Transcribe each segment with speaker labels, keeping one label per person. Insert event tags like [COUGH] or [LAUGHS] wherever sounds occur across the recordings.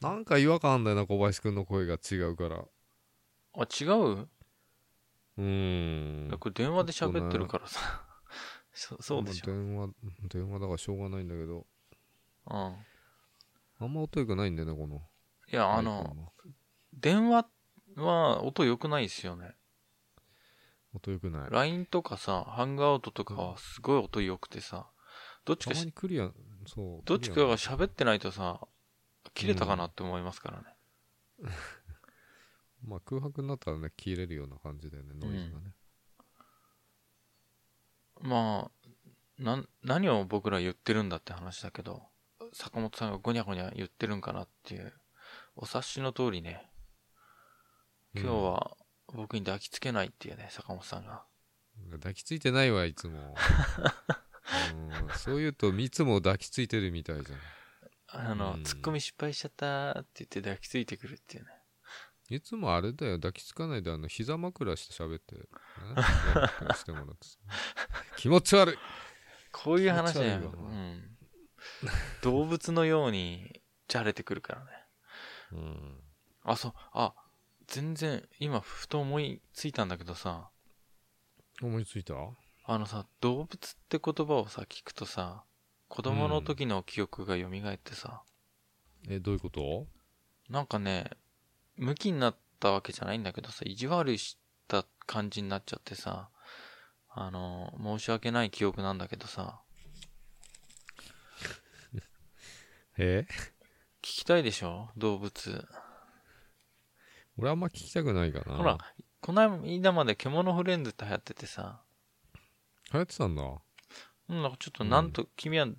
Speaker 1: なんか違和感あんだよな小林くんの声が違うから
Speaker 2: あ、違う、
Speaker 1: うーん
Speaker 2: これ電話で喋ってるから
Speaker 1: [LAUGHS]
Speaker 2: さ。そそうでしょ。
Speaker 1: 電話電話だからしょうがないんだけど
Speaker 2: うん。
Speaker 1: あんま音良くないんだよねこの
Speaker 2: いや、あ
Speaker 1: アイコ
Speaker 2: の
Speaker 1: ン、が
Speaker 2: 電話は音良くないですよね。
Speaker 1: 音良くない
Speaker 2: LINE とかさ、ハングアウトとかはすごい音良くてさ、どっち
Speaker 1: た
Speaker 2: か
Speaker 1: ま
Speaker 2: し
Speaker 1: にクリアそう
Speaker 2: どっち
Speaker 1: ク
Speaker 2: か
Speaker 1: リア
Speaker 2: が喋ってないとさ、切れたかなって思いますからね。
Speaker 1: まあ空白になったらね消えれるような感じだよねノイズがね、
Speaker 2: まあ、なん、何を僕ら言ってるんだって話だけど、坂本さんがゴニャゴニャ言ってるんかなっていう、お察しの通りね、今日は僕に抱きつけないっていうね、坂本さんが。
Speaker 1: 抱きついてないわいつ
Speaker 2: [LAUGHS]
Speaker 1: もうんそう言うといつも抱きついてるみたいじゃん
Speaker 2: あの、
Speaker 1: うん
Speaker 2: ツッコミ失敗しちゃったって言って抱きついてくるっていうね。
Speaker 1: いつもあれだよ抱きつかないであの膝枕して喋って
Speaker 2: [LAUGHS]
Speaker 1: る、ね、膝枕してもらってさ気持ち悪い
Speaker 2: こういう話だよ。
Speaker 1: 気
Speaker 2: う
Speaker 1: 持ち悪いわ
Speaker 2: ん。動物のように、じゃれてくるからね。
Speaker 1: うん
Speaker 2: あ、そう、あ、全然、今、ふと思いついたんだけどさ、
Speaker 1: 思いついたあ
Speaker 2: あのさ、動物って言葉をさ、聞くとさ、子供の時の記憶が蘇ってさ、
Speaker 1: えどういうこと
Speaker 2: なんかね、向きになったわけじゃないんだけどさ、意地悪した感じになっちゃってさ、あの、申し訳ない記憶なんだけどさ、
Speaker 1: え
Speaker 2: 聞きたいでしょ動物。
Speaker 1: 俺あんま聞きたくないかな
Speaker 2: ほら、この間まで獣フレンズって流行っててさ、
Speaker 1: 流行ってたんだ
Speaker 2: うんなんかちょっとなんと、君はど、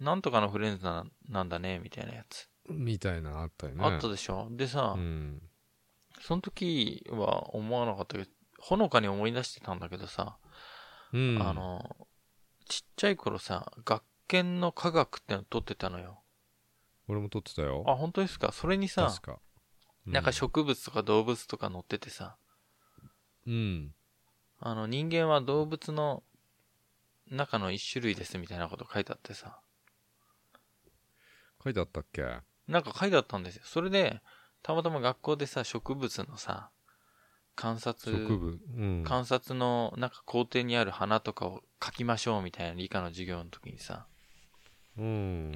Speaker 2: なんとかのフレンズななんだね、みたいなやつ。
Speaker 1: みたいなのあったよね
Speaker 2: あったでしょでさ、
Speaker 1: うん
Speaker 2: その時は思わなかったけど、ほのかに思い出してたんだけどさ、
Speaker 1: うん
Speaker 2: あの、ちっちゃい頃さ、学研の科学っての取ってたのよ。
Speaker 1: 俺も撮ってたよ
Speaker 2: あ、本当ですかそれにさ
Speaker 1: 確、か、
Speaker 2: なんか植物とか動物とか載っててさ、
Speaker 1: うん
Speaker 2: あの、人間は動物の中の一種類ですみたいなこと書いてあってさ、
Speaker 1: 書いてあったっけあ
Speaker 2: なんか書いてあったんですよ。それで、たまたま学校でさ、植物のさ、観察、
Speaker 1: 植物うん
Speaker 2: 観察のなんか校庭にある花とかを描きましょうみたいな理科の授業の時にさ、
Speaker 1: うん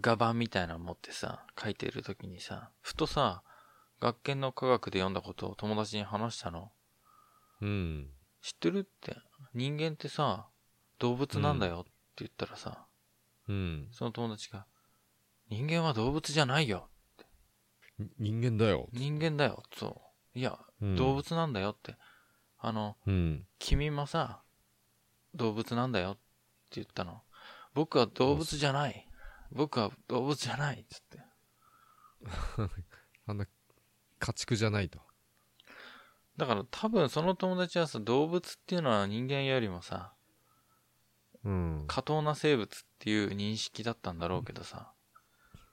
Speaker 2: 画板みたいなの持ってさ、書いてる時にさ、ふとさ、学研の科学で読んだことを友達に話したの。
Speaker 1: うん
Speaker 2: 知ってるって、人間ってさ、動物なんだよって言ったらさ、
Speaker 1: うん
Speaker 2: その友達が、人間は動物じゃないよ。
Speaker 1: に人間だよ
Speaker 2: 人間だよ。そう。いや、
Speaker 1: うん
Speaker 2: 動物なんだよって。あの、
Speaker 1: うん
Speaker 2: 君もさ、動物なんだよって言ったの。僕は動物じゃない。僕は動物じゃないっつって。
Speaker 1: あんな家畜じゃないと
Speaker 2: だから多分その友達はさ、動物っていうのは人間よりもさ、
Speaker 1: うん
Speaker 2: 下等な生物っていう認識だったんだろうけどさ、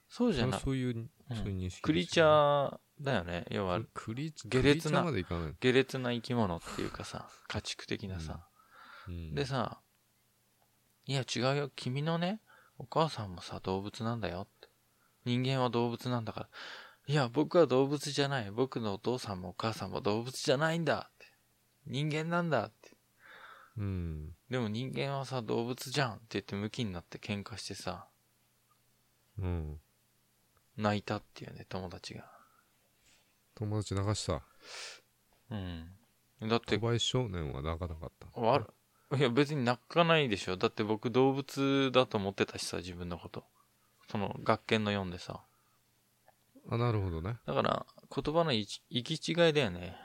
Speaker 2: そうじゃ
Speaker 1: それ
Speaker 2: な。
Speaker 1: はいそういう、
Speaker 2: うん
Speaker 1: そういう認識ですよね
Speaker 2: クリーチャーだよね。要は、
Speaker 1: クリーチャー
Speaker 2: 下劣な
Speaker 1: クリーチャーまでいかない、
Speaker 2: 下劣な生き物っていうかさ、家畜的なさ。
Speaker 1: うん
Speaker 2: でさ、いや違うよ、君のね、お母さんもさ、動物なんだよって。人間は動物なんだから。いや、僕は動物じゃない。僕のお父さんもお母さんも動物じゃないんだって。人間なんだって。
Speaker 1: うん
Speaker 2: でも人間はさ、動物じゃんって言ってムキになって喧嘩してさ、
Speaker 1: うん
Speaker 2: 泣いたっていうね、友達が。
Speaker 1: 友達流した
Speaker 2: うん。だって
Speaker 1: 小、林少年は泣かなかった
Speaker 2: わる。いや、別に泣かないでしょ。だって僕動物だと思ってたしさ、自分のこと。その、学研の読んでさ。
Speaker 1: あなるほどね
Speaker 2: だから、言葉の行き行き違いだよね。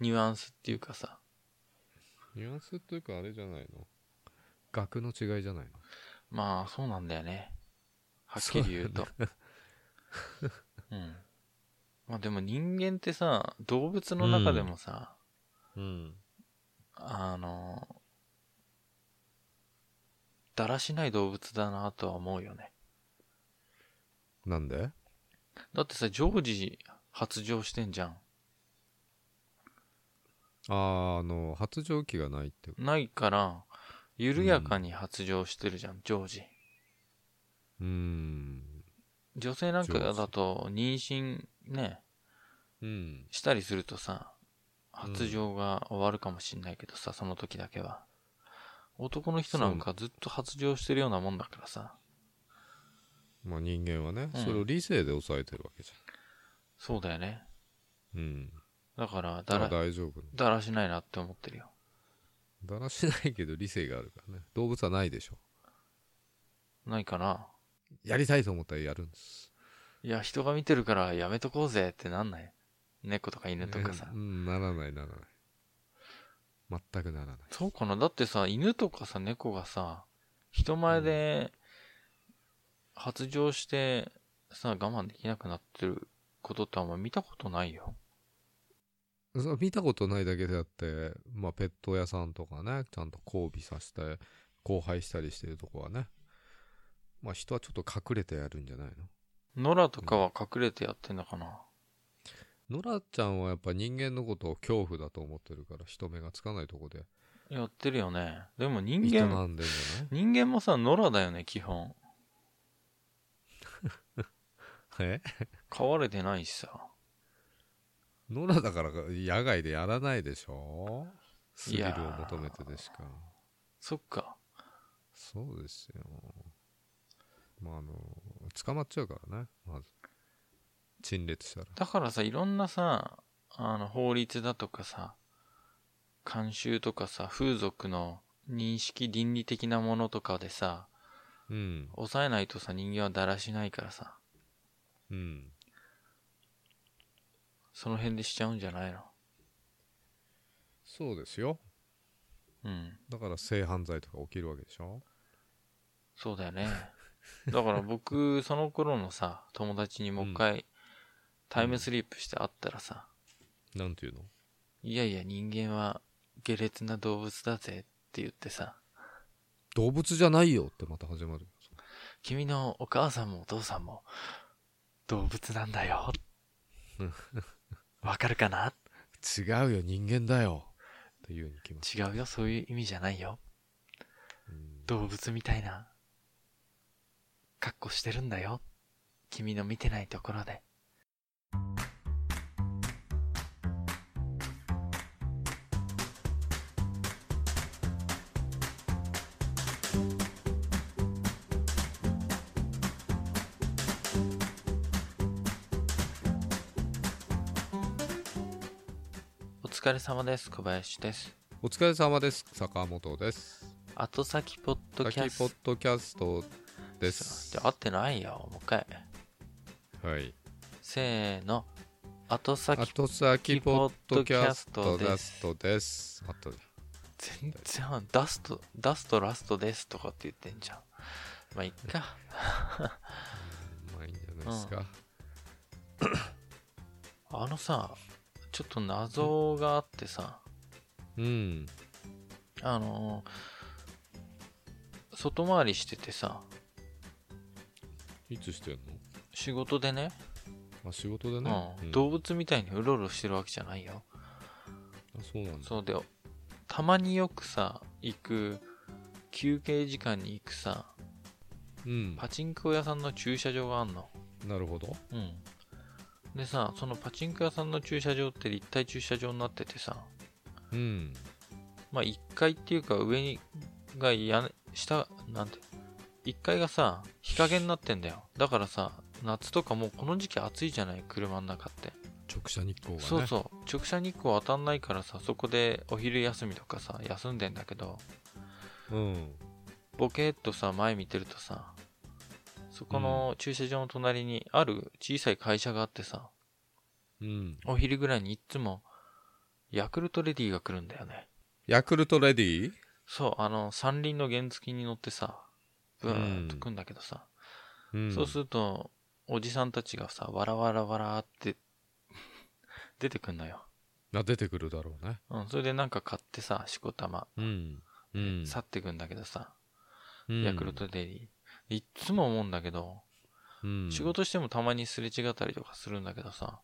Speaker 2: ニュアンスっていうかさ。
Speaker 1: ニュアンスというかあれじゃないの額の違いじゃないの
Speaker 2: まあ、そうなんだよね。はっきり言うと。うん。まあでも人間ってさ、動物の中でもさ、
Speaker 1: うん
Speaker 2: あの、だらしない動物だなとは思うよね。
Speaker 1: なんで
Speaker 2: だってさ、常時発情してんじゃん。
Speaker 1: あーあの発情期がないって
Speaker 2: ないから、緩やかに発情してるじゃん、常時。
Speaker 1: うーん
Speaker 2: 女性なんかだと妊娠ね、
Speaker 1: うん。
Speaker 2: したりするとさ、
Speaker 1: うん
Speaker 2: 発情が終わるかもしんないけどさ、その時だけは。男の人なんかずっと発情してるようなもんだからさ。
Speaker 1: まあ人間はね、
Speaker 2: うん
Speaker 1: それを理性で抑えてるわけじ
Speaker 2: そうだよね。
Speaker 1: ゃん。うん。
Speaker 2: だから、
Speaker 1: だ
Speaker 2: だ、
Speaker 1: からら大丈夫。
Speaker 2: だらしないなって思ってるよ。
Speaker 1: だらしないけど理性があるからね。動物はないでしょ。
Speaker 2: ないかな。
Speaker 1: やりたいと思ったらやるんです。
Speaker 2: いや、人が見てるからやめとこうぜってなんない猫とか犬とかさ
Speaker 1: ねう。ん、ならないならない。全くならない。
Speaker 2: そうかなだってさ、犬とかさ、猫がさ、人前で発情してさ、我慢できなくなってることってあんま見たことないよ。
Speaker 1: そう見たことないだけであって、まあ、ペット屋さんとかねちゃんと交尾させて交配したりしてるとこはねまあ人はちょっと隠れてやるんじゃない
Speaker 2: 野良とかは隠れてやってんのかな、
Speaker 1: のノラちゃんはやっぱ人間のことを恐怖だと思ってるから人目がつかないとこで
Speaker 2: やってるよね。でも人
Speaker 1: 営んでんじゃな
Speaker 2: 間、
Speaker 1: い
Speaker 2: 人間もさ、野良だよね、基本。
Speaker 1: え
Speaker 2: 飼われてないしさ。
Speaker 1: ノラだから野外でやらないでしょスリルを求めてでしか
Speaker 2: そっか。
Speaker 1: そうですよまああの捕まっちゃうからねまず陳列したら
Speaker 2: だからさ、いろんなさ、あの、法律だとかさ、慣習とかさ、風俗の認識、倫理的なものとかでさ、
Speaker 1: うん
Speaker 2: 抑えないとさ、人間はだらしないからさ、
Speaker 1: うん
Speaker 2: その辺でしちゃうんじゃないの
Speaker 1: そうですよ
Speaker 2: うん。
Speaker 1: だから性犯罪とか起きるわけでしょ
Speaker 2: そうだよね。だか
Speaker 1: [LAUGHS]
Speaker 2: ら僕、その頃のさ、友達にもう一回、タイムスリープして会ったらさ、
Speaker 1: なんていうの
Speaker 2: いやいや、人間は下劣な動物だぜって言ってさ、
Speaker 1: 動物じゃないよってまた始まる
Speaker 2: 君のお母さんもお父さんも動物なんだよ。わかるかな
Speaker 1: 違うよ人間だよっていうに来ます、
Speaker 2: 違うよ、そういう意味じゃないよ。
Speaker 1: うん
Speaker 2: 動物みたいな格好してるんだよ。君の見てないところで。お疲れ様です。小林です。
Speaker 1: お疲れ様です坂本です
Speaker 2: 後先ポッドキャ
Speaker 1: 先
Speaker 2: ス
Speaker 1: ポ
Speaker 2: ト
Speaker 1: ッドキャストです
Speaker 2: じゃあ合ってないよもう一回
Speaker 1: はい
Speaker 2: せーの後先
Speaker 1: 後先ポッドキャス
Speaker 2: ポ
Speaker 1: ト
Speaker 2: ッドキャ
Speaker 1: ラ
Speaker 2: ス
Speaker 1: ストですあった
Speaker 2: 全然合わんダストダストラストですとかって言ってんじゃんまあいっか
Speaker 1: まあいいんじゃないですか、
Speaker 2: あのさちょっと謎があってさ
Speaker 1: うん、
Speaker 2: あのー外回りしててさ
Speaker 1: いつしてんの
Speaker 2: 仕事でね、
Speaker 1: あ仕事で
Speaker 2: う
Speaker 1: ね、
Speaker 2: ん
Speaker 1: うん
Speaker 2: 動物みたいにうろうろしてるわけじゃないよ
Speaker 1: あそうなんだ
Speaker 2: そうだよたまによくさ行く休憩時間に行くさ
Speaker 1: うん
Speaker 2: パチンコ屋さんの駐車場があんの
Speaker 1: なるほど
Speaker 2: うん。でさ、そのパチンコ屋さんの駐車場って立体駐車場になっててさ、
Speaker 1: うん
Speaker 2: まあ1階っていうか上に、が屋根、下、なんて、1階がさ、日陰になってんだよ。だからさ、夏とかもうこの時期暑いじゃない、車の中って。
Speaker 1: 直射日光がね
Speaker 2: そうそう。直射日光当たんないからさ、そこでお昼休みとかさ、休んでんだけど、
Speaker 1: ううん
Speaker 2: ボケーっとさ、前見てるとさ、そこの駐車場の隣にある小さい会社があってさ、
Speaker 1: うん
Speaker 2: お昼ぐらいにいっつも、ヤクルトレディーが来るんだよね。
Speaker 1: ヤクルトレディー
Speaker 2: そう、あの、山林の原付に乗ってさ、ブーンと来るんだけどさ、
Speaker 1: うん
Speaker 2: そうすると、おじさんたちがさ、わらわらわらって、出てくんのよ。
Speaker 1: あ出てくるだろうね
Speaker 2: うん、それでなんか買ってさ、しこたま、
Speaker 1: うん、うん、
Speaker 2: 去ってくんだけどさ、
Speaker 1: うん
Speaker 2: ヤクルト、レディー。いっつも思うんだけど、
Speaker 1: うん
Speaker 2: 仕、事してもたまにすれ違ったりとかするんだけどさ、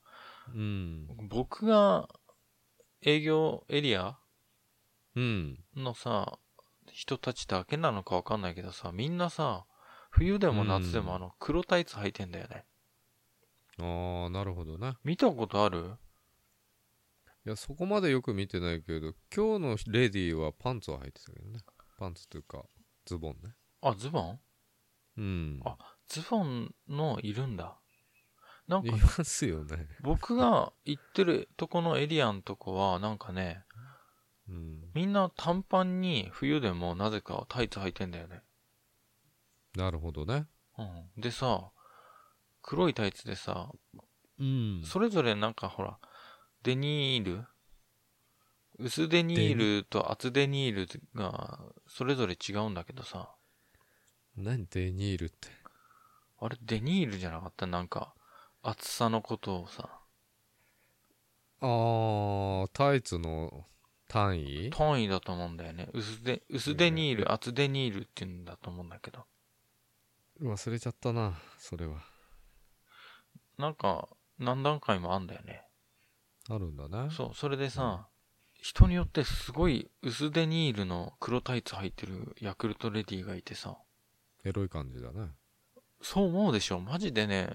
Speaker 1: うん
Speaker 2: 僕が営業エリア
Speaker 1: うん、
Speaker 2: のさ、人たちだけなのかわかんないけどさ、みんなさ、冬でも夏で
Speaker 1: うん
Speaker 2: もあの黒タイツ履いてんだよね。
Speaker 1: ああ、なるほどね。
Speaker 2: 見たことある
Speaker 1: いや、そこまでよく見てないけど、今日のレディーはパンツを履いてたけどね。パンツというか、ズボンね。
Speaker 2: あ、ズボン
Speaker 1: うん。
Speaker 2: あズボンのいるんだ。なん
Speaker 1: い
Speaker 2: か
Speaker 1: ますよね。
Speaker 2: 僕が行ってるとこのエリアのとこはなんかね、
Speaker 1: うん。
Speaker 2: みんな短パンに冬でもなぜかタイツ履いてんだよね。
Speaker 1: なるほどね。
Speaker 2: うん。でさ、黒いタイツでさ、
Speaker 1: うん
Speaker 2: それぞれなんかほら、デニール薄デニールと厚デニールがそれぞれ違うんだけどさ、
Speaker 1: 何デニールって。
Speaker 2: あれデニールじゃなかったなんか、厚さのことをさ、
Speaker 1: ああ、タイツの単位
Speaker 2: 単位だと思うんだよね。薄で、薄デニール、厚デニールって言うんだと思うんだけど。
Speaker 1: 忘れちゃったな、それは。
Speaker 2: なんか、何段階もあんだよね。
Speaker 1: あるんだね。
Speaker 2: そう、それでさ、人によってすごい薄デニールの黒タイツ履いてるヤクルトレディがいてさ、
Speaker 1: エロい感じだね。
Speaker 2: そう思うでしょマジでね、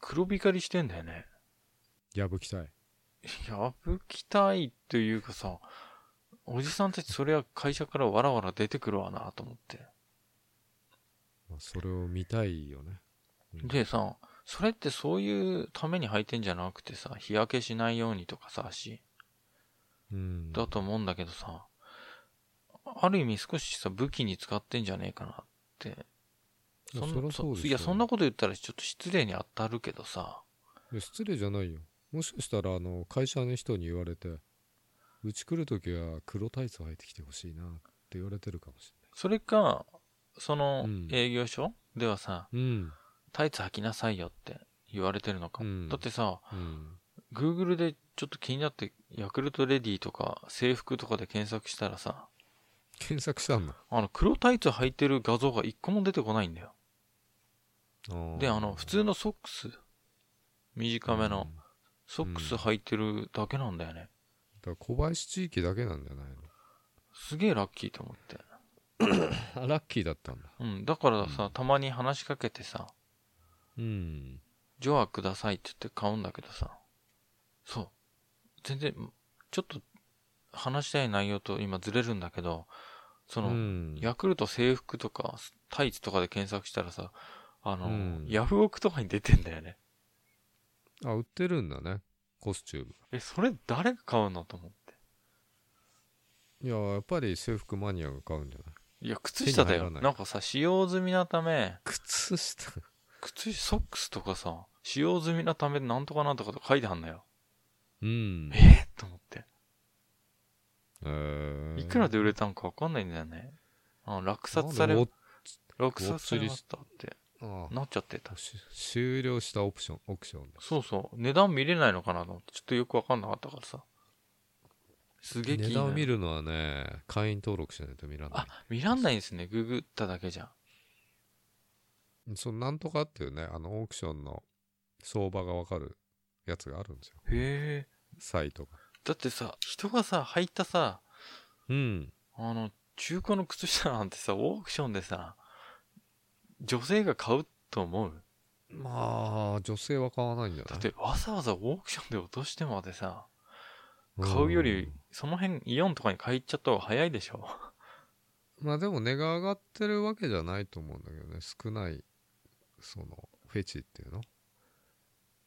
Speaker 2: 黒光りしてんだよね。
Speaker 1: やぶきたい。
Speaker 2: やぶきたいというかさ、おじさんたちそれは会社からわらわら出てくるわなと思って。
Speaker 1: まあそれを見たいよね。うん
Speaker 2: でさ、それってそういうために履いてんじゃなくてさ、日焼けしないようにとかさ、足。
Speaker 1: うん。
Speaker 2: だと思うんだけどさ、ある意味少しさ、武器に使ってんじゃねえかなって。
Speaker 1: いや
Speaker 2: ん
Speaker 1: そりゃそうですよ
Speaker 2: いや、そんなこと言ったらちょっと失礼に当たるけどさ、
Speaker 1: いや失礼じゃないよ。もしかしたら、あの、会社の人に言われて、うち来るときは黒タイツ履いてきてほしいなって言われてるかもし
Speaker 2: それか、その
Speaker 1: うん
Speaker 2: 営業所ではさ、
Speaker 1: れない。うん。
Speaker 2: タイツ履きなさいよって言われてるのか。
Speaker 1: うん
Speaker 2: だってさ、
Speaker 1: うん。
Speaker 2: Google でちょっと気になって、ヤクルトレディとか制服とかで検索したらさ、
Speaker 1: 検索したんだ。
Speaker 2: あの、黒タイツ履いてる画像が一個も出てこないんだよ。で、あの、普通のソックス、短めの、
Speaker 1: うんだか
Speaker 2: ソックス履いてるだけなんだよね。
Speaker 1: ら小林地域だけなんじゃないの
Speaker 2: すげえラッキーと思って。
Speaker 1: あ、ラッキーだったんだ。
Speaker 2: うん。だからさ、たまに話しかけてさ、
Speaker 1: うん。
Speaker 2: ジョアくださいって言って買うんだけどさ。そう。全然、ちょっと話したい内容と今ずれるんだけど、そ
Speaker 1: う
Speaker 2: の、
Speaker 1: ん
Speaker 2: ヤクルト制服とか、タイツとかで検索したらさ、あの、
Speaker 1: うん
Speaker 2: ヤフオクとかに出てんだよね。
Speaker 1: あ、売ってるんだね。コスチューム。
Speaker 2: え、それ誰が買うのと思って。
Speaker 1: いや、やっぱり制服マニアが買うんじゃない
Speaker 2: いや、靴下だ
Speaker 1: 手に入
Speaker 2: よ。
Speaker 1: らない
Speaker 2: なんかさ、使用済みなため、
Speaker 1: 靴下。
Speaker 2: 靴、ソックスとかさ、使用済みなためなんとかなんとかとか書いてあんのよ。
Speaker 1: うん。
Speaker 2: えーと思って。
Speaker 1: えー
Speaker 2: いくらで売れたのかわかんないんだよね。あ落札され、
Speaker 1: なんで
Speaker 2: 落札されましたって、
Speaker 1: おあ
Speaker 2: なっちゃってた
Speaker 1: あ。し終了したオプション、オークション
Speaker 2: そうそう。値段見れないのかなと思って、ちょっとよくわかんなかったからさ。すげ
Speaker 1: で。
Speaker 2: え
Speaker 1: 値
Speaker 2: 気にな
Speaker 1: 段
Speaker 2: る
Speaker 1: を見るのはね、会員登録しないと見らんな
Speaker 2: あ、見らんないんですね。ググっただけじゃん。
Speaker 1: い。そのなんとかっていうね、あの、オークションの相場がわかるやつがあるんですよ。
Speaker 2: へえ。
Speaker 1: サイトが。
Speaker 2: だってさ、人がさ、履いたさ、
Speaker 1: うん。
Speaker 2: あの、中古の靴下なんてさ、オークションでさ、女性が買うと思う
Speaker 1: まあ、女性は買わないんじゃな
Speaker 2: だ
Speaker 1: い
Speaker 2: ってわざわざオークションで落としてまでさ、買うより、その辺イオンとかに買いっちゃった方が早いでしょ。
Speaker 1: うんまあでも値が上がってるわけじゃないと思うんだけどね、少ない、その、フェチっていうの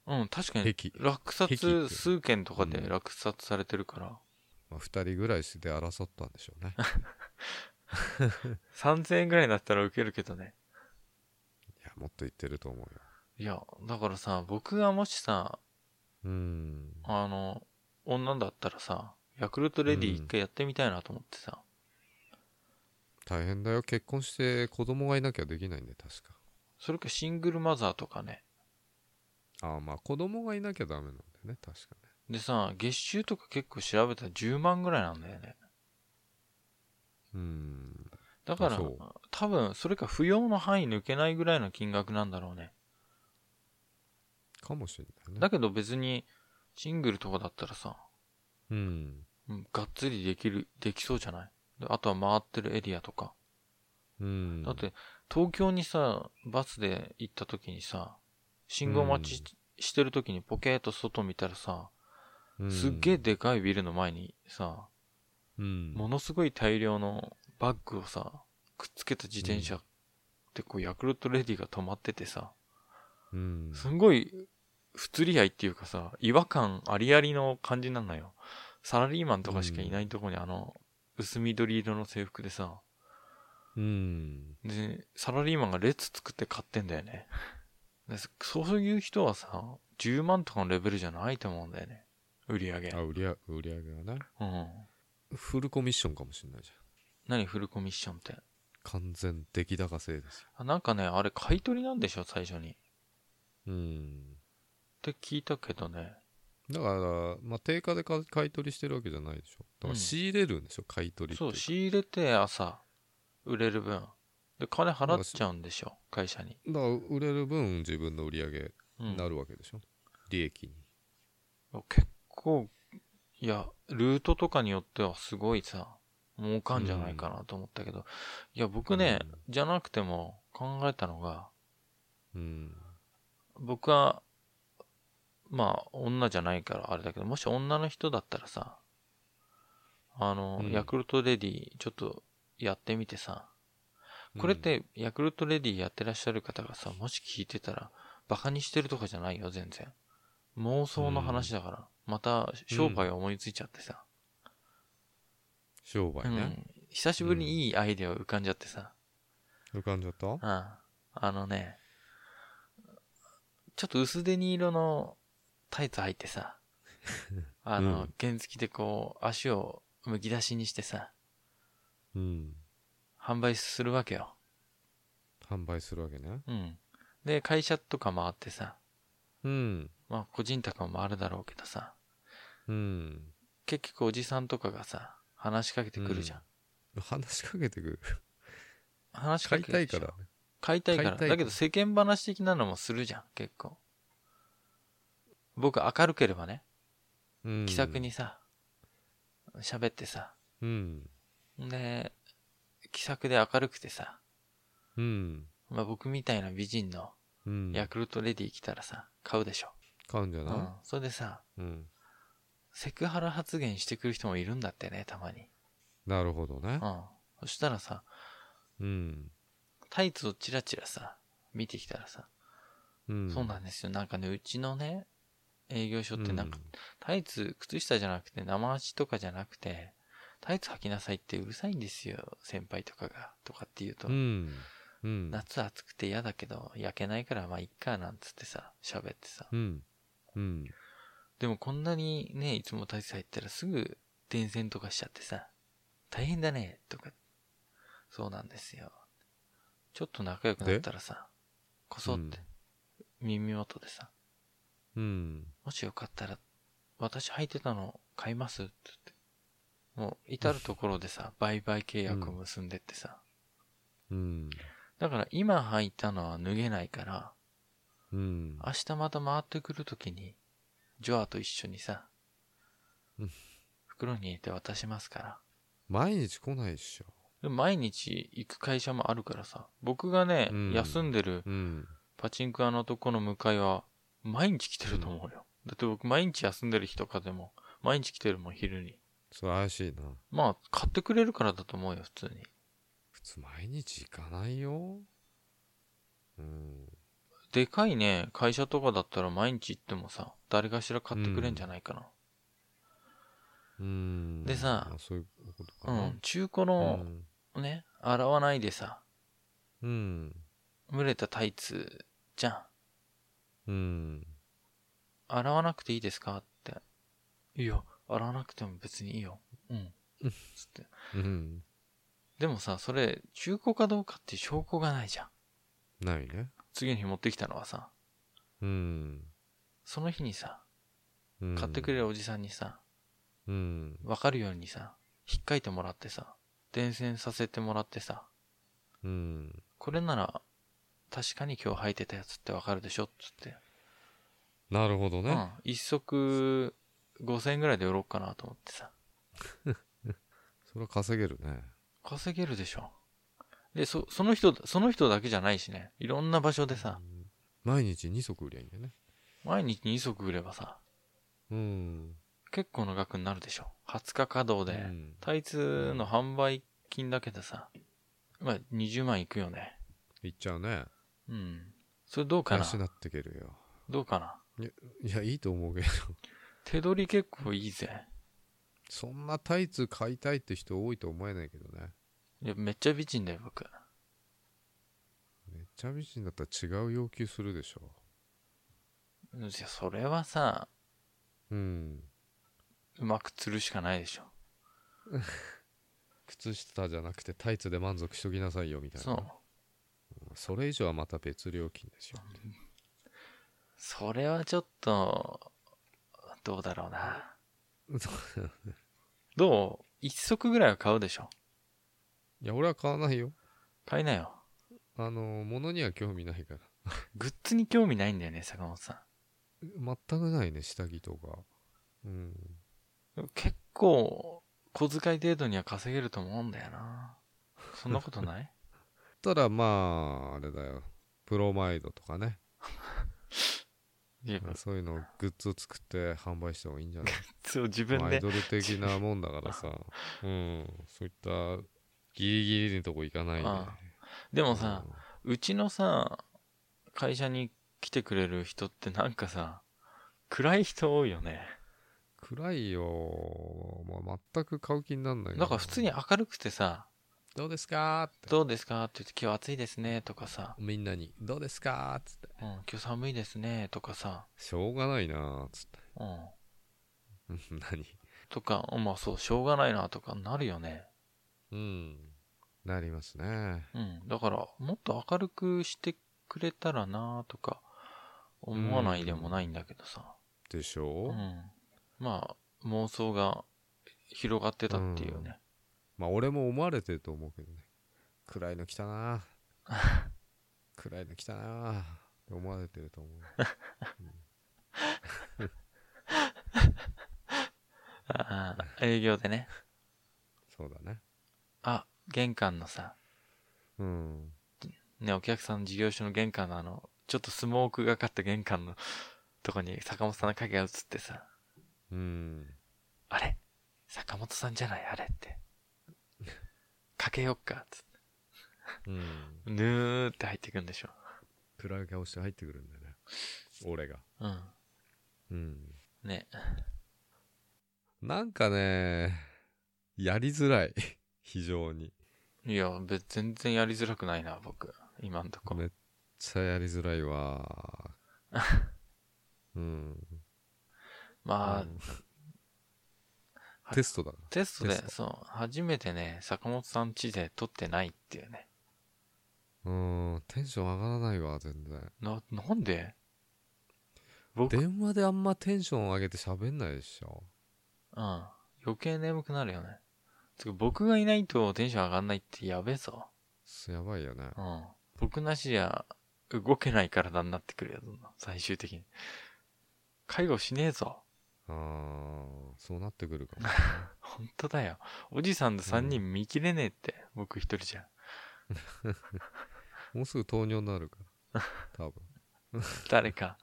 Speaker 2: うん、確かに
Speaker 1: 壁。
Speaker 2: 落
Speaker 1: 壁っていう
Speaker 2: 札
Speaker 1: の
Speaker 2: 数件とかで
Speaker 1: うん
Speaker 2: 落札されてるから、
Speaker 1: まあ、2人ぐらいして争ったんでしょうね。
Speaker 2: 3000円ぐらいだったら受けるけどね。
Speaker 1: いや、もっと言ってると思うよ。
Speaker 2: いや、だからさ、僕がもしさ、
Speaker 1: うん。
Speaker 2: あの、女だったらさ、ヤクルトレディ一回やってみたいなと思ってさ、
Speaker 1: 大変だよ。結婚して子供がいなきゃできないんで、確か。
Speaker 2: それかシングルマザーとかね。
Speaker 1: ああ、まあ子供がいなきゃダメなんだよね、確かね。
Speaker 2: でさ、月収とか結構調べたら10万ぐらいなんだよね。
Speaker 1: うん。
Speaker 2: だか
Speaker 1: あ
Speaker 2: ら
Speaker 1: そう、
Speaker 2: 多分、それか扶養の範囲抜けないぐらいの金額なんだろうね。
Speaker 1: かもしれないね。
Speaker 2: だけど別に、シングルとかだったらさ、
Speaker 1: うん。
Speaker 2: うんがっつりできる、できそうじゃないであとは回ってるエリアとか。
Speaker 1: うん。
Speaker 2: だって、東京にさ、バスで行った時にさ、信号待ちしてる時にポケーと外見たらさ、
Speaker 1: うん
Speaker 2: すっげえでかいビルの前にさ、
Speaker 1: うん
Speaker 2: ものすごい大量のバッグをさ、くっつけた自転車ってこうヤクルトレディが止まっててさ、
Speaker 1: うん
Speaker 2: すんごい不釣り合いっていうかさ、違和感ありありの感じなのよ。サラリーマンとかしかいないとこにあの、薄緑色の制服でさ、
Speaker 1: うん
Speaker 2: で、サラリーマンが列作って買ってんだよね。でそういう人はさ、10万とかのレベルじゃないと思うんだよね。売り上げ。
Speaker 1: あ売り上売り上げがね
Speaker 2: うん。
Speaker 1: フルコミッションかもしれないじゃん
Speaker 2: 何フルコミッションって。
Speaker 1: 完全出来高制ですよ
Speaker 2: あなんかね、あれ買い取りなんでしょ、最初に。っ
Speaker 1: うん
Speaker 2: て聞いたけどね。
Speaker 1: だから、まあ、定価でか買い取りしてるわけじゃないでしょだか
Speaker 2: うん
Speaker 1: ら仕入れるんでしょ、買い取りってい
Speaker 2: そうう、
Speaker 1: か
Speaker 2: 仕入れて朝、売れる分。で、金払っちゃうんでしょ、会社に。
Speaker 1: だから売れる分自分の売り上げ
Speaker 2: うん
Speaker 1: になるわけでしょ、利益に
Speaker 2: 結構、いや、ルートとかによってはすごいさ、儲かんじゃないかなと思ったけど、いや、僕ね、じゃなくても考えたのが、
Speaker 1: うん
Speaker 2: 僕は、まあ、女じゃないからあれだけど、もし女の人だったらさ、あの、
Speaker 1: うん
Speaker 2: ヤクルトレディ、ちょっとやってみてさ、これっ、て、ヤクルトレディやってらっしゃる方がさ、もし聞いてたら、バカにしてるとかじゃないよ、全然。妄想の話だから、また商売思いついちゃってさ、
Speaker 1: 商売
Speaker 2: う
Speaker 1: ね、
Speaker 2: ん久しぶりにいいアイデア浮かんじゃってさ、
Speaker 1: 浮かんじゃった
Speaker 2: うん、あのね、ちょっと薄デニ色のタイツ履い
Speaker 1: [LAUGHS]
Speaker 2: てさ、あの、
Speaker 1: うん
Speaker 2: 原付きでこう、足をむき出しにしてさ、
Speaker 1: うん
Speaker 2: 販売するわけよ。
Speaker 1: 販売するわけね
Speaker 2: うん。で、会社とか回ってさ、
Speaker 1: うん
Speaker 2: まあ、個人宅も回るだろうけどさ、
Speaker 1: うん
Speaker 2: 結局おじさんとかがさ、話しかけてくるじゃん。
Speaker 1: う話しかけてくる
Speaker 2: 話しか
Speaker 1: 買
Speaker 2: け
Speaker 1: い
Speaker 2: て
Speaker 1: たい
Speaker 2: くるじゃ
Speaker 1: か
Speaker 2: ん
Speaker 1: ら。
Speaker 2: 買いたいから。
Speaker 1: 買いたい
Speaker 2: だけど世間話的なのもするじゃん、結構。僕明るければね、
Speaker 1: うん
Speaker 2: 気さくにさ、喋ってさ、
Speaker 1: うん
Speaker 2: で、気さくで明るくてさ、
Speaker 1: うん
Speaker 2: まあ、僕みたいな美人の
Speaker 1: うん
Speaker 2: ヤクルトレディ来たらさ、買うでしょ。
Speaker 1: 買うんじゃ
Speaker 2: う
Speaker 1: ない
Speaker 2: ん。それでさ、
Speaker 1: うん、
Speaker 2: セクハラ発言してくる人もいるんだってね、たまに。
Speaker 1: なるほどね
Speaker 2: うん。そしたらさ、
Speaker 1: うん
Speaker 2: タイツをチラチラさ、見てきたらさ、
Speaker 1: うん
Speaker 2: そうなんですよ。なんかね、うちのね、営業所
Speaker 1: う
Speaker 2: ってなんか、タイツ、靴下じゃなくて生足とかじゃなくて、タイツ履きなさいってうるさいんですよ、先輩とかが。とかって言うと、
Speaker 1: うんうん
Speaker 2: 夏暑くて嫌だけど、焼けないからまあいっか、なんつってさ、喋ってさ。
Speaker 1: うんうん
Speaker 2: でもこんなにね、いつもタイツ履いてたらすぐ電線とかしちゃってさ、大変だね、とか。そうなんですよ。ちょっと仲良くなったらさ、こそって、耳元でさ、
Speaker 1: うん
Speaker 2: もしよかったら、私履いてたの買いますって言って。もう、至るところでさ、売買契約を結んでってさ。
Speaker 1: うん
Speaker 2: だから今履いたのは脱げないから、
Speaker 1: うん
Speaker 2: 明日また回ってくるときに、ジョアと一緒にさ
Speaker 1: うん、
Speaker 2: 袋に入れて渡しますから。
Speaker 1: 毎日来ないっしょ
Speaker 2: でも毎日行く会社もあるからさ、僕がね、
Speaker 1: うん
Speaker 2: 休んでる
Speaker 1: うん
Speaker 2: パチンコ屋のとこの向かいは、毎日来てると思うよ。だって僕毎日休んでる日とかでも、毎日来てるもん、昼に。
Speaker 1: それ怪しいな
Speaker 2: まあ、買ってくれるからだと思うよ、普通に。
Speaker 1: 普通毎日行かないようん
Speaker 2: でかいね、会社とかだったら毎日行ってもさ、誰かしら買ってくれんじゃないか
Speaker 1: うん
Speaker 2: でさ
Speaker 1: まあそういうことか
Speaker 2: な。うん、
Speaker 1: な
Speaker 2: 中古のね、洗わないでさ、
Speaker 1: うんうん
Speaker 2: 蒸れたタイツじゃ
Speaker 1: う
Speaker 2: ん。
Speaker 1: ん
Speaker 2: 洗わなくていいですかって。いや、洗わなくても別にいいよ。うん。
Speaker 1: うん
Speaker 2: つって。
Speaker 1: うん
Speaker 2: でもさ、それ、中古かどうかって証拠がないじゃん。
Speaker 1: ないね
Speaker 2: 次の日持ってきたのはさ、
Speaker 1: うん
Speaker 2: その日にさ、
Speaker 1: うん
Speaker 2: 買ってくれるおじさんにさ、
Speaker 1: うん
Speaker 2: わかるようにさ、引っかいてもらってさ、伝染させてもらってさ、
Speaker 1: うん
Speaker 2: これなら、確かに今日履いてたやつってわかるでしょっつって。
Speaker 1: なるほど
Speaker 2: う
Speaker 1: ね
Speaker 2: ん。一足5000円ぐらいで売ろうかなと思ってさ。
Speaker 1: それは稼げるね
Speaker 2: 稼げるでしょ。で、そ、その人、その人だけじゃないしね。いろんな場所でさ、
Speaker 1: うん毎日2足売りゃいいんだよね。
Speaker 2: 毎日2足売ればさ、
Speaker 1: うん。
Speaker 2: 結構な額になるでしょ。20日稼働
Speaker 1: う
Speaker 2: で、
Speaker 1: ん
Speaker 2: タイツの販売金だけでさ、まあ20万いくよね。
Speaker 1: いっちゃうね。
Speaker 2: うん。それどうかな
Speaker 1: 安くなってけるよ。
Speaker 2: どうかない
Speaker 1: や、いいと思うけど。 [LAUGHS]
Speaker 2: 手取り結構いいぜ。
Speaker 1: そんなタイツ買いたいって人多いと思えないけどね。
Speaker 2: いや、めっちゃ美人だよ、僕。
Speaker 1: めっちゃ美人だったら違う要求するでしょ。
Speaker 2: うんいやそれはさ、
Speaker 1: うん。
Speaker 2: うまく釣るしかないでしょ。
Speaker 1: 靴下じゃなくてタイツで満足しときなさいよみたいな。
Speaker 2: そう。
Speaker 1: それ以上はまた別料金ですよ。
Speaker 2: それはちょっと、どうだろうな。どう一足ぐらいは買うでしょ。
Speaker 1: いや、俺は買わないよ。
Speaker 2: 買いなよ。
Speaker 1: あの、物には興味ないから。
Speaker 2: グッズに興味ないんだよね、坂本さ
Speaker 1: 全くないね、下着とか。うん。
Speaker 2: ん。結構、小遣い程度には稼げると思うんだよな。そんなこ
Speaker 1: [LAUGHS]
Speaker 2: とない
Speaker 1: ただ、まあ、あれだよ。プロマイドとかね。
Speaker 2: いや、グ
Speaker 1: まあ
Speaker 2: ッ
Speaker 1: そういうのをグッズを作って販売した方がいいんじ
Speaker 2: [LAUGHS]
Speaker 1: ゃない
Speaker 2: ズを自
Speaker 1: ま
Speaker 2: 分
Speaker 1: あアイ
Speaker 2: で
Speaker 1: ドル的なもんだから
Speaker 2: [LAUGHS]
Speaker 1: さ。うん。そういったギリギリのとこ行かないで。
Speaker 2: あでもさ
Speaker 1: う、ん
Speaker 2: うちのさ、会社に来てくれる人ってなんかさ、暗い人多いよね。
Speaker 1: 暗いよ。まあ、全く買う気になんない
Speaker 2: なんか普通に明るくてさ、
Speaker 1: どうですかって。
Speaker 2: どうですかって言って、今日暑いですねとかさ、
Speaker 1: みんなに、どうですかっつって。
Speaker 2: うん、今日寒いですねとかさ、
Speaker 1: しょうがないなっつって。 [LAUGHS]
Speaker 2: うん、
Speaker 1: うん何
Speaker 2: とか、まあそう、しょうがないなとかなるよね。
Speaker 1: うん。なりますね。
Speaker 2: うん、だから、もっと明るくしてくれたらなとか、思わないでもないんだけどさ、
Speaker 1: でし
Speaker 2: う
Speaker 1: ょう、
Speaker 2: ん、まあ、妄想が広がってたっていうね。
Speaker 1: まあ俺も思われてると思うけどね。暗いの来た
Speaker 2: [LAUGHS]
Speaker 1: な暗いの来たなって思われてると思う。
Speaker 2: ああ、 [LAUGHS] 営業でね。
Speaker 1: そうだね。
Speaker 2: あ、玄関のさ、
Speaker 1: うん。
Speaker 2: ね、お客さんの事業所の玄関のあの、ちょっとスモークがかった玄関のとこに坂本さんの影が映ってさ、
Speaker 1: うん。
Speaker 2: あれ坂本さんじゃないあれって。 [LAUGHS] かけよっか、つっ
Speaker 1: うん。
Speaker 2: て。ぬーって入ってくんでしょ。
Speaker 1: 暗い顔して入ってくるんだよね。俺が。
Speaker 2: うん。
Speaker 1: うん。
Speaker 2: ね。
Speaker 1: なんかね、やりづらい。非常に。
Speaker 2: いや、別、全然やりづらくないな、僕。今んとこ。
Speaker 1: めっちゃやりづらい
Speaker 2: [LAUGHS]
Speaker 1: わ。うん。う
Speaker 2: まあ、
Speaker 1: ん
Speaker 2: は
Speaker 1: テストだから。
Speaker 2: テストで
Speaker 1: テス、ト
Speaker 2: そう、初めてね、坂本さん家で撮ってないっていうね。
Speaker 1: うん。テンション上がらないわ、全然。
Speaker 2: な、なんで僕、うん。
Speaker 1: 電話であんまテンション上げて喋んないでしょ。
Speaker 2: 余計眠くなるよね。つうか僕がいないとテンション上がんないってやべえぞ。
Speaker 1: そやばいよね。
Speaker 2: うん。僕なしじゃ動けない体になってくるやつな、最終的に。介護しねえぞ。
Speaker 1: あー、そうなってくるかも。
Speaker 2: 本当だよ。おじさんと3人見切れねえって、僕一人じゃ。 [LAUGHS]
Speaker 1: もうすぐ糖尿になるから。多分。
Speaker 2: 誰か。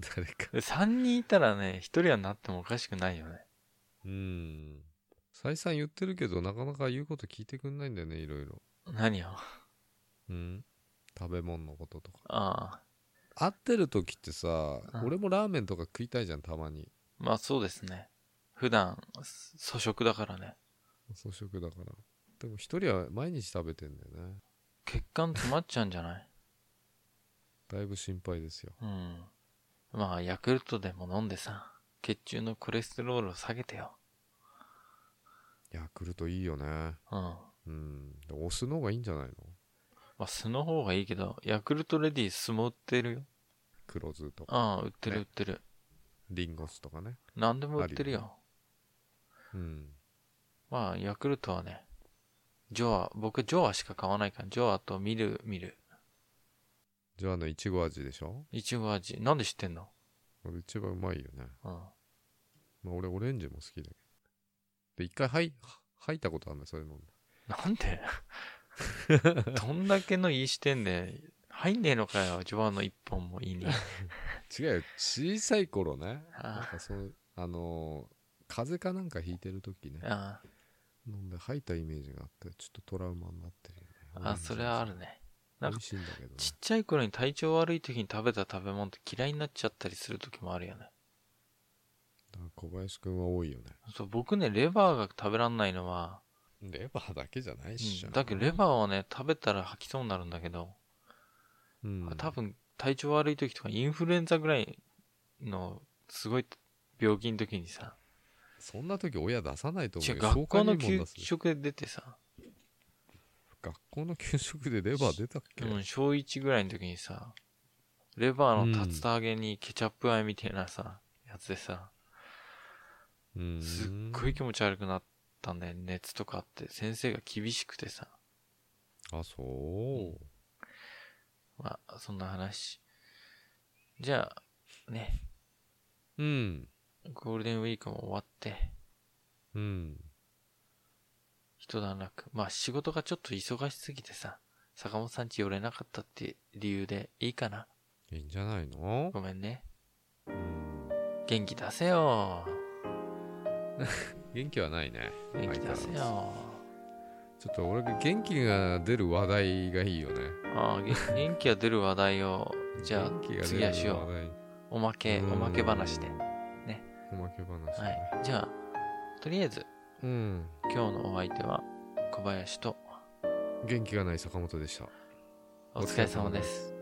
Speaker 1: 誰か。
Speaker 2: で3人いたらね、1人はなってもおかしくないよね。
Speaker 1: うん。再三言ってるけど、なかなか言うこと聞いてくんないんだよね、いろいろ。
Speaker 2: 何を。
Speaker 1: うん。食べ物のこととか。
Speaker 2: ああ。
Speaker 1: 会ってる時ってさ
Speaker 2: う、ん
Speaker 1: 俺もラーメンとか食いたいじゃん、たまに。
Speaker 2: まあそうですね。普段、粗食だからね。
Speaker 1: 粗食だから。でも一人は毎日食べてんだよね。
Speaker 2: 血管詰まっちゃうんじゃない
Speaker 1: だいぶ心配ですよ。
Speaker 2: うん。まあ、ヤクルトでも飲んでさ、血中のコレステロールを下げてよ。
Speaker 1: ヤクルトいいよね。
Speaker 2: うん。
Speaker 1: うん。でお酢の方がいいんじゃないの
Speaker 2: まあ、酢の方がいいけど、ヤクルトレディ酢も売ってるよ。
Speaker 1: 黒酢とか、
Speaker 2: ああ、売ってる
Speaker 1: ね
Speaker 2: 売ってる。
Speaker 1: リンゴ酢とかね。
Speaker 2: 何でも売ってる
Speaker 1: あ
Speaker 2: よ。
Speaker 1: うん。
Speaker 2: まあ、ヤクルトはね、ジョア、僕ジョアしか買わないから、ジョアとミル、ミル。
Speaker 1: じゃああの、いちご味でしょ
Speaker 2: いちご味。なんで知ってんの
Speaker 1: 俺一番うまいよね。
Speaker 2: うん。
Speaker 1: まあ俺オレンジも好きだけど。で、一回はい、吐いたことあるんだよ、そういうの。
Speaker 2: なんでどんだけのいい視点で、入んねえのかよ、序盤の一本もいいに。
Speaker 1: 違うよ小さい頃ねなん
Speaker 2: あ
Speaker 1: かそうあのー風邪かなんか引いてる時ね
Speaker 2: ああ
Speaker 1: 飲んで吐いたイメージがあってちょっとトラウマになってるよね
Speaker 2: あ、あそれはあるね。
Speaker 1: 美
Speaker 2: なんか
Speaker 1: 味しいんだけどね
Speaker 2: ちっちゃい頃に体調悪い時に食べた食べ物って嫌いになっちゃったりする時もあるよね。
Speaker 1: だから小林くんは多いよね
Speaker 2: そう、僕ね、レバーが食べらんないのは、
Speaker 1: レバーだけじゃないっしょ、
Speaker 2: うんだけどレバーはね、食べたら吐きそうになるんだけど、
Speaker 1: うん、
Speaker 2: 多分体調悪い時とかインフルエンザぐらいのすごい病気の時にさ、
Speaker 1: そんな時親出さないと思
Speaker 2: 違
Speaker 1: う
Speaker 2: う
Speaker 1: よ
Speaker 2: 学校の
Speaker 1: 消化に
Speaker 2: 給
Speaker 1: も出す
Speaker 2: 食で出てさ、
Speaker 1: 学校の給食でレバー出たっけ、
Speaker 2: うん、小1ぐらいの時にさ、レバーの竜田揚げにケチャップあえみたいなさ、やつでさ、
Speaker 1: うん
Speaker 2: すっごい気持ち悪くなったんだよ、熱とかあって。先生が厳しくてさ。
Speaker 1: あそう
Speaker 2: まあ、そんな話。じゃあ、ね、
Speaker 1: うん
Speaker 2: ゴールデンウィークも終わって、
Speaker 1: うん
Speaker 2: 一段落。まあ、仕事がちょっと忙しすぎてさ、坂本さんち寄れなかったって理由でいいかない
Speaker 1: いんじゃないの
Speaker 2: ごめんね。
Speaker 1: うん
Speaker 2: 元気出せよ。
Speaker 1: 元気はないね
Speaker 2: 元気出せ
Speaker 1: 相変わら
Speaker 2: よ。
Speaker 1: ずちょっと俺が元気が出る話題がいいよね
Speaker 2: ああ、げ元気が出る話題を、じゃ
Speaker 1: 元気が出
Speaker 2: あ、
Speaker 1: る
Speaker 2: 次はし
Speaker 1: 話
Speaker 2: よう。
Speaker 1: 題
Speaker 2: おまけ、お
Speaker 1: うん
Speaker 2: まけ話で。
Speaker 1: おまけ話、
Speaker 2: はい。じゃあ、とりあえず、
Speaker 1: うん
Speaker 2: 今日のお相手は、小林と、
Speaker 1: 元気がない坂本でした
Speaker 2: お疲れ様です。